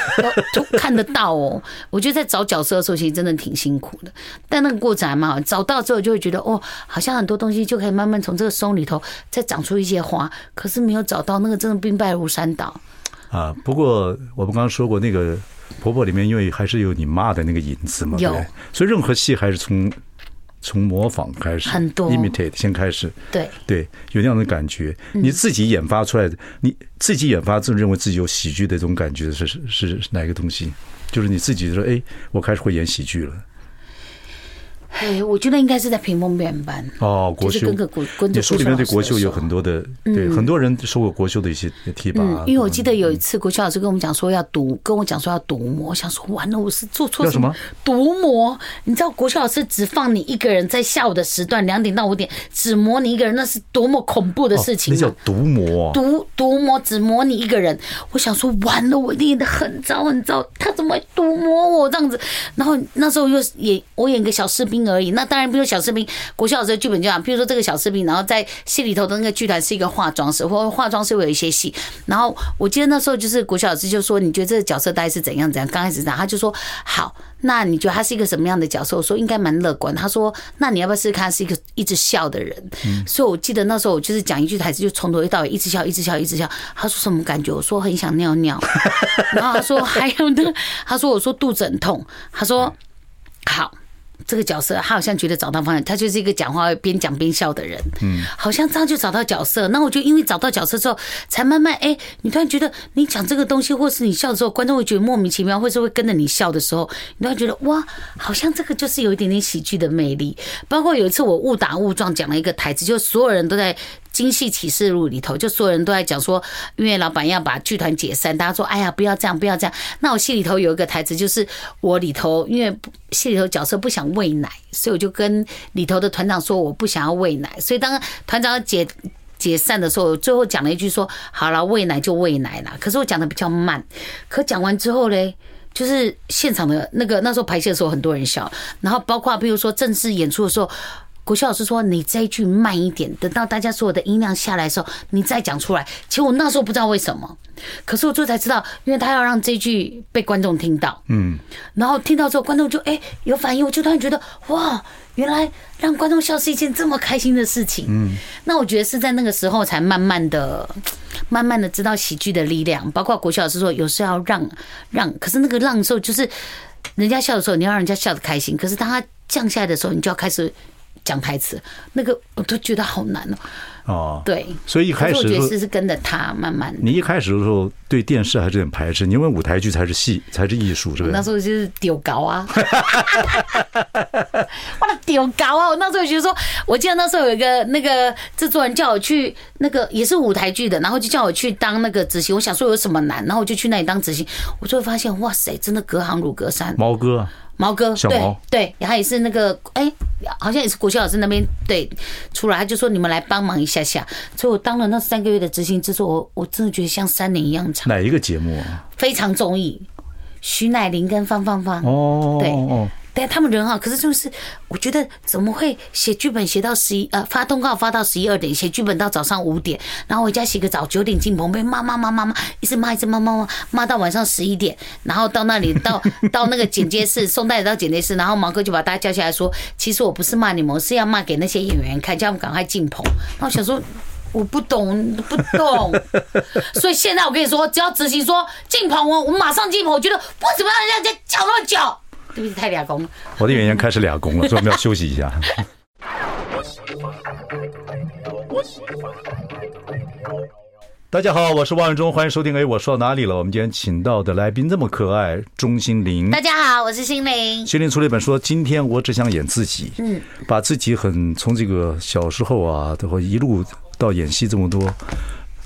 Speaker 3: 都看得到哦。我觉得在找角色的时候，其实真的挺辛苦的，但那个过程还蛮好。找到之后就会觉得哦，好像很多东西就可以慢慢从这个松里头再长出一些花。可是没有找到那个，真的兵败如山倒。
Speaker 2: 啊。不过我们刚刚说过，那个婆婆里面因为还是有你妈的那个影子嘛，对不对
Speaker 3: 有，
Speaker 2: 所以任何戏还是从从模仿开始，
Speaker 3: 很多
Speaker 2: imitate 先开始，
Speaker 3: 对嗯
Speaker 2: 对，有那样的感觉，你自己研发出来的，你自己研发自认为自己有喜剧的这种感觉是是是哪一个东西？就是你自己说，哎，我开始会演喜剧了。
Speaker 3: 哎，我觉得应该是在屏风表演班
Speaker 2: 哦，国
Speaker 3: 就是
Speaker 2: 秀
Speaker 3: 跟个国啊跟着
Speaker 2: 你书里面对国秀有很
Speaker 3: 多。
Speaker 2: 多的，对很多人受过国秀的一些提拔
Speaker 3: 嗯
Speaker 2: 啊
Speaker 3: 嗯，，因为我记得有一次国秀老师跟我们讲说要读，跟我讲说要读模，我想说完了，我是做错
Speaker 2: 要什么？
Speaker 3: 读模，你知道国秀老师只放你一个人在下午的时段两点到五点，只模你一个人，那是多么恐怖的
Speaker 2: 哦
Speaker 3: 事情、
Speaker 2: 那叫
Speaker 3: 啊
Speaker 2: 毒魔啊。
Speaker 3: 独独魔只磨你一个人，我想说完了，我练得很糟很糟，他怎么会独魔我这样子？然后那时候又演我演个小士兵而已，那当然比如小士兵，国小老师的剧本就讲，比如说这个小士兵，然后在戏里头的那个剧团是一个化妆师，或化妆师会有一些戏，然后我记得那时候就是国小老师就说，你觉得这个角色大概是怎样怎样？刚开始这样，他就说好。那你觉得他是一个什么样的角色？我说应该蛮乐观。他说，那你要不要试试看？是一个一直笑的人。所以我记得那时候我就是讲一句台词，就从头到尾一直笑，一直笑，一直笑。他说什么感觉？我说很想尿尿。然后他说还有呢？他说我说肚子很痛。他说好。这个角色，他好像觉得找到方向，他就是一个讲话边讲边笑的人，嗯，好像这样就找到角色。那我就因为找到角色之后，才慢慢哎、你突然觉得你讲这个东西，或是你笑的时候，观众会觉得莫名其妙，或是会跟着你笑的时候，你突然觉得哇，好像这个就是有一点点喜剧的魅力。包括有一次我误打误撞讲了一个台词，就所有人都在《京戏启示录》里头，就所有人都在讲说，因为老板要把剧团解散，大家说，哎呀，不要这样，不要这样。那我戏里头有一个台词，就是我里头因为不戏里头角色不想喂奶，所以我就跟里头的团长说，我不想要喂奶。所以当团长解解散的时候，我最后讲了一句说，好了，喂奶就喂奶啦。可是我讲的比较慢，可讲完之后嘞。就是现场的那个那时候排戏的时候，很多人笑，然后包括比如说正式演出的时候，国秀老师说你这一句慢一点，等到大家所有的音量下来的时候，你再讲出来。其实我那时候不知道为什么，可是我最后才知道，因为他要让这句被观众听到，嗯，然后听到之后观众就哎、有反应，我就突然觉得哇，原来让观众笑是一件这么开心的事情，嗯，那我觉得是在那个时候才慢慢的。慢慢的知道喜剧的力量，包括国秀老师说，有时候要让让，可是那个让的时候，就是人家笑的时候，你要让人家笑的开心，可是当他降下来的时候，你就要开始讲台词，那个我都觉得好难哦、
Speaker 2: 哦
Speaker 3: 对，
Speaker 2: 所以一开
Speaker 3: 可是
Speaker 2: 始
Speaker 3: 我觉
Speaker 2: 说
Speaker 3: 得是是跟着他慢慢的，
Speaker 2: 你一开始的时候对电视还是有点排斥，你因为舞台剧才是戏，才是艺术，是不
Speaker 3: 那
Speaker 2: 是？
Speaker 3: 时候就是丢高啊， 我的丢高啊！我那时候就说，我记得那时候有一个那个制作人叫我去那个也是舞台剧的，然后就叫我去当那个执行。我想说有什么难，然后我就去那里当执行。我就会发现，哇塞，真的隔行如隔山。
Speaker 2: 毛哥，
Speaker 3: 毛哥，
Speaker 2: 小毛
Speaker 3: 对对，他也是那个，哎、好像也是国秀老师那边对出来，他就说你们来帮忙一下下。所以我当了那三个月的执行制作，我我真的觉得像三年一样长，
Speaker 2: 哪一个节目啊？
Speaker 3: 非常综艺。徐乃麟跟方芳芳，
Speaker 2: 哦，
Speaker 3: 对
Speaker 2: 哦，
Speaker 3: 但他们人好，可是就是我觉得怎么会写剧本写到十一呃发通告发到十一二点，写剧本到早上五点，然后回家洗个澡，九点进棚被骂骂骂骂骂，一直骂一直骂骂骂骂到晚上十一点，然后到那里到到那个剪接室宋代理到剪接室，然后毛哥就把大家叫起来说，其实我不是骂你们，我是要骂给那些演员看，叫他们赶快进棚。那我想说。我不懂，不懂，所以现在我跟你说，只要执行说进棚，我我马上进棚。我觉得为什么要让人家叫那么久？对不起，太俩工了。
Speaker 2: 我的演员开始俩工了，所以我们要休息一下。 大家好，我是汪永忠，欢迎收听。哎，我说到哪里了？我们今天请到的来宾这么可爱，钟心凌。
Speaker 3: 大家好，我是心灵。
Speaker 2: 心灵出了一本书，今天我只想演自己，嗯，把自己很从这个小时候啊，然后一路到演戏这么多，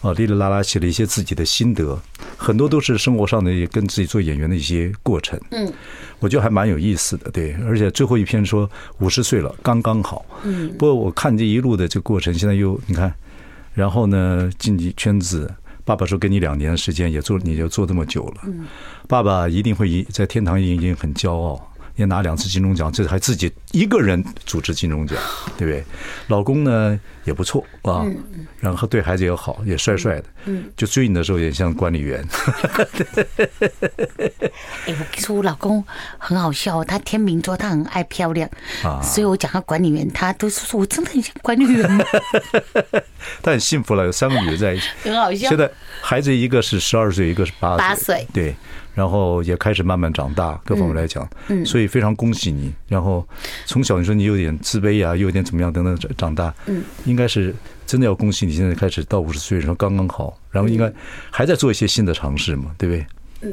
Speaker 2: 啊，哩哩啦啦写了一些自己的心得，很多都是生活上的也跟自己做演员的一些过程，嗯，我觉得还蛮有意思的，对，而且最后一篇说五十岁了刚刚好，嗯，不过我看这一路的这个过程，现在又你看，然后呢进圈子。爸爸说：“给你两年的时间，也做你就做这么久了。爸爸一定会一在天堂一定很骄傲，也拿两次金钟奖，这还自己一个人主持金钟奖，对不对？老公呢也不错啊，然后对孩子也好，也帅帅的，就追你的时候也像管理员，
Speaker 3: 哎、我跟你说，我老公很好笑哦，他天秤座，他很爱漂亮，
Speaker 2: 啊
Speaker 3: 所以我讲他管理员，他都是说我真的很像管理员 吗？
Speaker 2: 但很幸福了，有三个女儿在一起，
Speaker 3: 很好笑
Speaker 2: 现在孩子一个是十二岁，一个是八
Speaker 3: 八岁
Speaker 2: 对，然后也开始慢慢长大，各方面来讲，嗯，所以非常恭喜你。然后从小你说你有点自卑啊，有点怎么样等等，长大，嗯，应该是真的要恭喜你，现在开始到五十岁，然后刚刚好，然后应该还在做一些新的尝试嘛，对不对？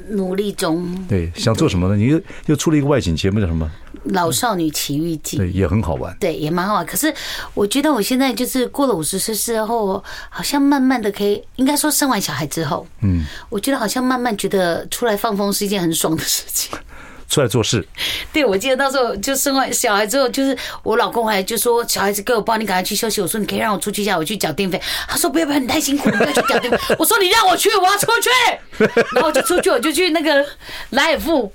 Speaker 3: 努力中，
Speaker 2: 对，想做什么呢？你又又出了一个外景节目叫什么？
Speaker 3: 《老少女奇遇记》
Speaker 2: 对，也很好玩。
Speaker 3: 对，也蛮好啊玩。可是我觉得我现在就是过了五十岁之后，好像慢慢的可以，应该说生完小孩之后，嗯，我觉得好像慢慢觉得出来放风是一件很爽的事情。
Speaker 2: 出来做事，
Speaker 3: 对，我记得那时候就生完小孩之后，就是我老公回来就说小孩子给我抱，你赶快去休息。我说你可以让我出去一下，我去缴电费。他说不要不要，你太辛苦，你不要去缴电费。我说你让我去，我要出去。然后我就出去，我就去那个莱尔富。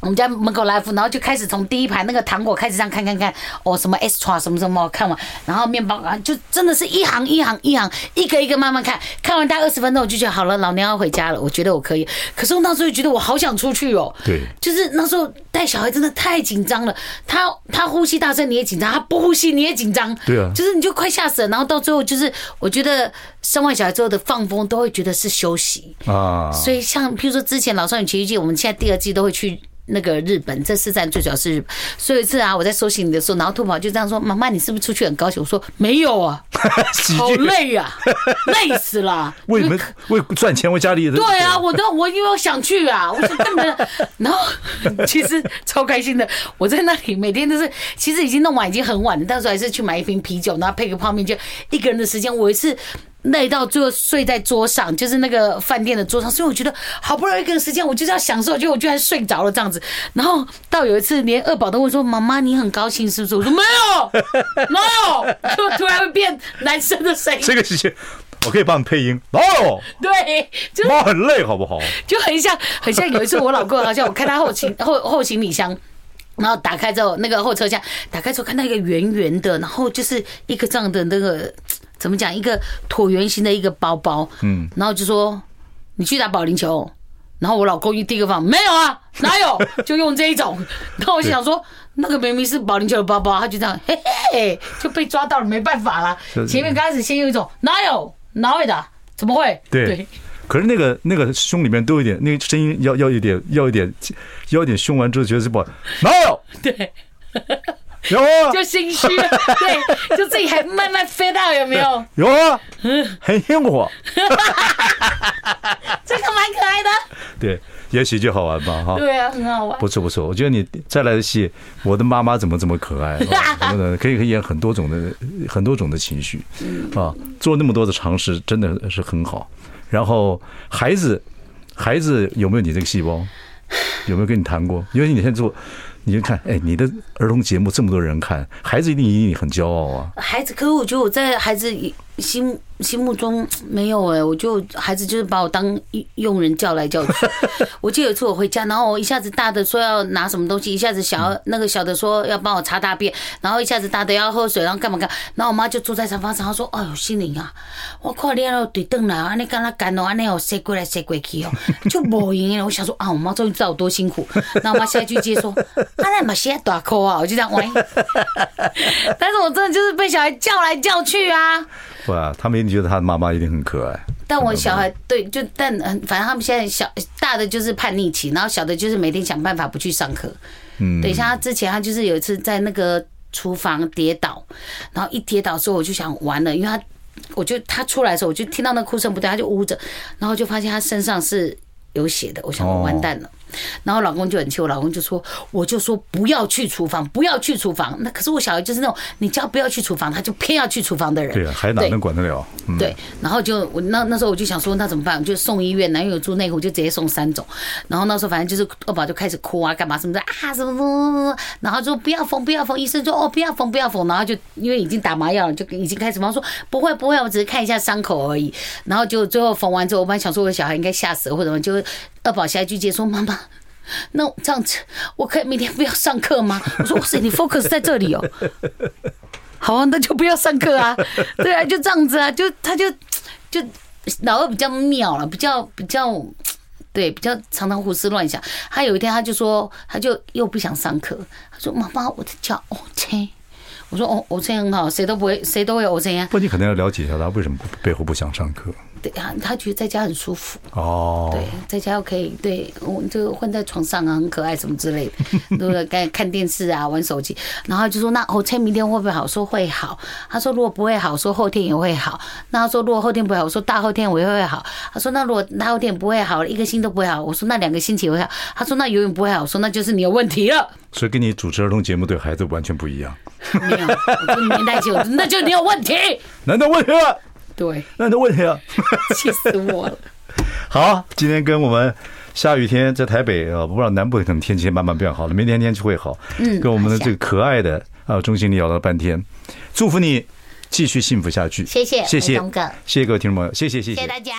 Speaker 3: 我们家门口来福，然后就开始从第一排那个糖果开始这样看看看，哦，什么 extra 什么什么看完，然后面包啊，就真的是一行一行一行，一个一个慢慢看，看完大概二十分钟，我就觉得好了，老娘要回家了，我觉得我可以。可是我那时候就觉得我好想出去哦，
Speaker 2: 对
Speaker 3: 就是那时候带小孩真的太紧张了，他他呼吸大声你也紧张，他不呼吸你也紧张，
Speaker 2: 对啊
Speaker 3: 就是你就快吓死了。然后到最后就是，我觉得生完小孩之后的放风都会觉得是休息，
Speaker 2: 啊，
Speaker 3: 所以像譬如说之前《老少女奇遇记》，我们现在第二季都会去。那个日本，这四站最主要是日本。所以有一次啊，我在收行李的时候，然后兔宝就这样说：“妈妈，你是不是出去很高兴？”我说：“没有啊，
Speaker 2: 喜
Speaker 3: 好
Speaker 2: 剧
Speaker 3: 累啊，累死了。”
Speaker 2: 为你们为赚钱为家里的
Speaker 3: 对啊，我都我因为我想去 啊，我说根本，然后其实超开心的，我在那里每天都是，其实已经弄完已经很晚了，但是还是去买一瓶啤酒，然后配个泡面，就一个人的时间，我一次。累到最后睡在桌上，就是那个饭店的桌上，所以我觉得好不容易一个人时间，我就是要享受，结果我居然睡着了这样子。然后到有一次，连二宝都问说：“妈妈，你很高兴是不是？”我说：“没有，没有。”就突然会变男生的声音，
Speaker 2: 这个事情，我可以帮你配音。哦，
Speaker 3: 对，就是
Speaker 2: 猫很累，好不好？
Speaker 3: 就很像，很像有一次我老公，好啊像我看他后勤后后行李箱。然后打开之后，那个后车厢打开之后，看到一个圆圆的，然后就是一个这样的那个怎么讲，一个椭圆形的一个包包，嗯，然后就说你去打保龄球，然后我老公一第一个放没有啊，哪有， 就用这一种，然后我就想说那个明明是保龄球的包包，他就这样嘿嘿就被抓到了，没办法啦
Speaker 2: 就。是
Speaker 3: 前面刚开始先用一种哪有哪会的，怎么会？
Speaker 2: 对。可是那个那个胸里面都有点，那个声音要要一点，要一点，要一点胸完之后觉得是不好，哪有？
Speaker 3: 对。
Speaker 2: 有 啊，
Speaker 3: 就心虚，对，就自己还慢慢飞到有没 有？
Speaker 2: 有啊，很辛苦。
Speaker 3: 这个蛮可爱的，
Speaker 2: 对，也许就好玩吧，哈。
Speaker 3: 对啊，很好玩。
Speaker 2: 不错不错，我觉得你再来的戏，我的妈妈怎么这么可爱，啊、什么的，可以可以演很多种的很多种的情绪，啊，做那么多的尝试，真的是很好。然后孩子，孩子有没有你这个细胞？有没有跟你谈过？因为你现在做，你就看，哎，你的儿童节目这么多人看，孩子一定以你很骄傲啊。
Speaker 3: 孩子，可是我觉得我在孩子心心目中没有哎、我就孩子就是把我当佣人叫来叫去。 我记得有一次我回家，然后我一下子大的说要拿什么东西，一下子小那个小的说要帮我擦大便，然后一下子大的要喝水，然后干嘛干嘛，然后我妈就坐在沙发上，她说：“哎呦，心灵啊，我看你那对凳来，安尼干那干哦，安尼哦，塞过来塞过去哦，就无用了。”我想说啊，我妈终于知道我多辛苦。然后我妈下一句接说：“啊，那嘛现在大哭啊！”我就这样玩。 但是我真的就是被小孩叫来叫去啊。
Speaker 2: 哇，他们一定觉得他的妈妈一定很可爱。
Speaker 3: 但我小孩对，就但嗯反正他们现在小大的就是叛逆期，然后小的就是每天想办法不去上课。嗯，对，像他之前他就是有一次在那个厨房跌倒，然后一跌倒之后我就想完了，因为他我就他出来的时候我就听到那哭声不对，他就捂着，然后就发现他身上是有血的，我想我完
Speaker 2: 哦
Speaker 3: 蛋了。然后老公就很气，我老公就说，我就说不要去厨房，不要去厨房。那可是我小孩就是那种你叫他不要去厨房，他就偏要去厨房的人。
Speaker 2: 对啊，还哪能管得了？嗯，
Speaker 3: 对，然后就我那那时候我就想说，那怎么办？就送医院，男友住内湖，就直接送三种。然后那时候反正就是二宝就开始哭啊，干嘛什么的啊，什么什么什么，然后就不要缝，不要缝，医生说哦不要缝，不要缝，然后就因为已经打麻药了，就已经开始缝，说不会不会，我只是看一下伤口而已。呃然后就最后缝完之后，我本来想说我的小孩应该吓死了或者什么，就二宝下一句接说妈妈。那这样子，我可以明天不要上课吗？我说哇塞，你 focus 在这里哦。好啊，那就不要上课啊。对啊，就这样子啊，就他就就脑袋比较妙了，比较比较。对，比较常常胡思乱想。他有一天他就说，他就又不想上课。他说：“妈妈，我的脚 OK。”我说：“哦，OK 很好，谁都不会，谁都会 OK 啊。
Speaker 2: 不，你可能要了解一下他为什么不背后不想上课”
Speaker 3: 对啊，他觉得在家很舒服。
Speaker 2: 哦。
Speaker 3: 对，在家又可以对我就混在床上啊，很可爱什么之类的， 对不对？该看电视啊，玩手机，然后就说那哦后天明天会不会好？说会好。他说如果不会好，说后天也会好。那他说如果后天不会好，我说大后天我也会好。他说那如果大后天不会好，一个星期都不会好，我说那两个星期也会好。他说那永远不会好，我说那就是你有问题了。
Speaker 2: 所以跟你主持儿童节目对孩子完全不一样。
Speaker 3: 没有，我跟你连在一起，我说那就是你有问题。
Speaker 2: 难道问题了？
Speaker 3: 对，
Speaker 2: 难道问题了？
Speaker 3: 气死我了。
Speaker 2: 好，今天跟我们下雨天在台北啊，呃不知道南部可能天气慢慢变好了，明天天气会好。
Speaker 3: 嗯
Speaker 2: 跟我们的这个可爱的啊钟欣丽聊了半天，祝福你继续幸福下去。
Speaker 3: 谢谢
Speaker 2: 谢谢
Speaker 3: 伟东哥
Speaker 2: 谢谢各位听众朋友，谢谢谢
Speaker 3: 谢
Speaker 2: 谢
Speaker 3: 谢大家。